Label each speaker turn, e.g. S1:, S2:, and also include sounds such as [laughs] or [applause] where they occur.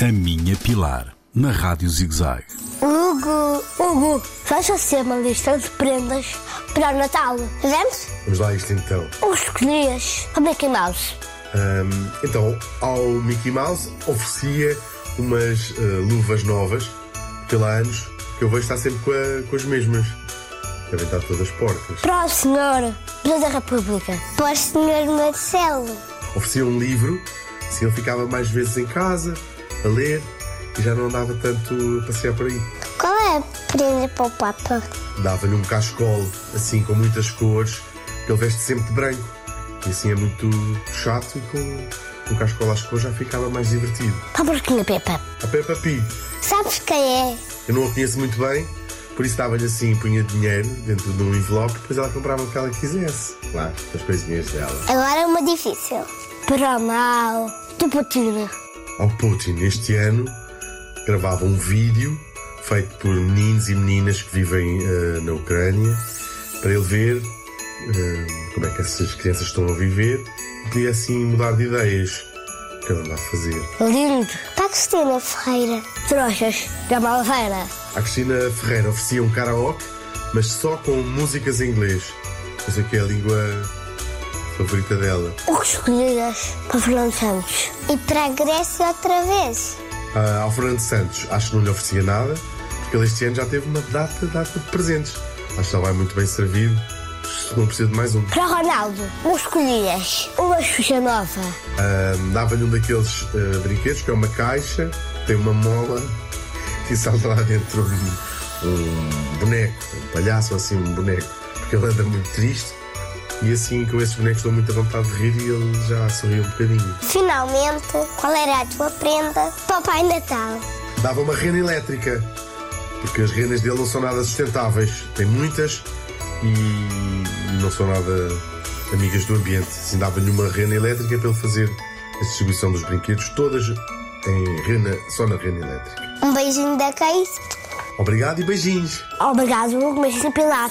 S1: A Minha Pilar, na Rádio ZigZag.
S2: Hugo, Hugo, vais fazer uma lista de prendas para o Natal. Vemos?
S3: Vamos lá a isto então.
S2: O que escolhias? é O Mickey Mouse.
S3: Ahm, então, ao Mickey Mouse oferecia umas ah, luvas novas, porque lá há anos que eu vejo estar sempre com, a- com as mesmas. Devem estar todas porcas.
S2: Para o Senhor da República. Para o Senhor Marcelo.
S3: Oferecia um livro, assim eu ficava mais vezes em casa, a ler, e já não andava tanto a passear por aí.
S2: Qual é a prenda para o Papa?
S3: Dava-lhe um cascol, assim, com muitas cores, que ele veste sempre de branco. E assim é muito chato e com um cascol às cores já ficava mais divertido.
S2: Para a Burquinha Pepa.
S3: A Peppa Pig.
S2: Sabes quem é?
S3: Eu não a conheço muito bem, por isso dava-lhe assim, punha dinheiro dentro de um envelope, depois ela comprava o que ela quisesse. Claro, as coisinhas dela.
S2: Agora é uma difícil. Para o mal do Putin.
S3: Ao Putin, este ano, gravava um vídeo feito por meninos e meninas que vivem eh, na Ucrânia, para ele ver eh, como é que essas crianças estão a viver e podia assim mudar de ideias. O que ele andava a fazer?
S2: Lindo. Para a Cristina Ferreira. Trouxas da Malveira.
S3: A Cristina Ferreira oferecia um karaoke, mas só com músicas em inglês. Não sei o que é a língua favorita dela.
S2: O que escolhias? Para Fernando Santos. E para a Grécia outra vez.
S3: Ah, ao Fernando Santos, acho que não lhe oferecia nada, porque ele este ano já teve uma data, data de presentes. Acho que ele vai muito bem servido. Não precisa de mais um.
S2: Para o Ronaldo. O que escolhias? Uma Xuxa nova.
S3: Ah, Dava-lhe um daqueles ah, brinquedos, que é uma caixa, tem uma mola [laughs] e salta lá dentro um, um boneco, um palhaço assim, um boneco, porque ele anda muito triste. E assim, com esses bonecos, dou muita vontade de rir e ele já sorriu um bocadinho.
S2: Finalmente, qual era a tua prenda? Papai Natal.
S3: dava uma rena elétrica, porque as renas dele não são nada sustentáveis. Tem muitas e não são nada amigas do ambiente. Assim, dava-lhe uma rena elétrica para ele fazer a distribuição dos brinquedos, todas em rena, só na rena elétrica.
S2: Um beijinho da Kate.
S3: Obrigado e beijinhos!
S2: Obrigado, Hugo, mas é sempre lá.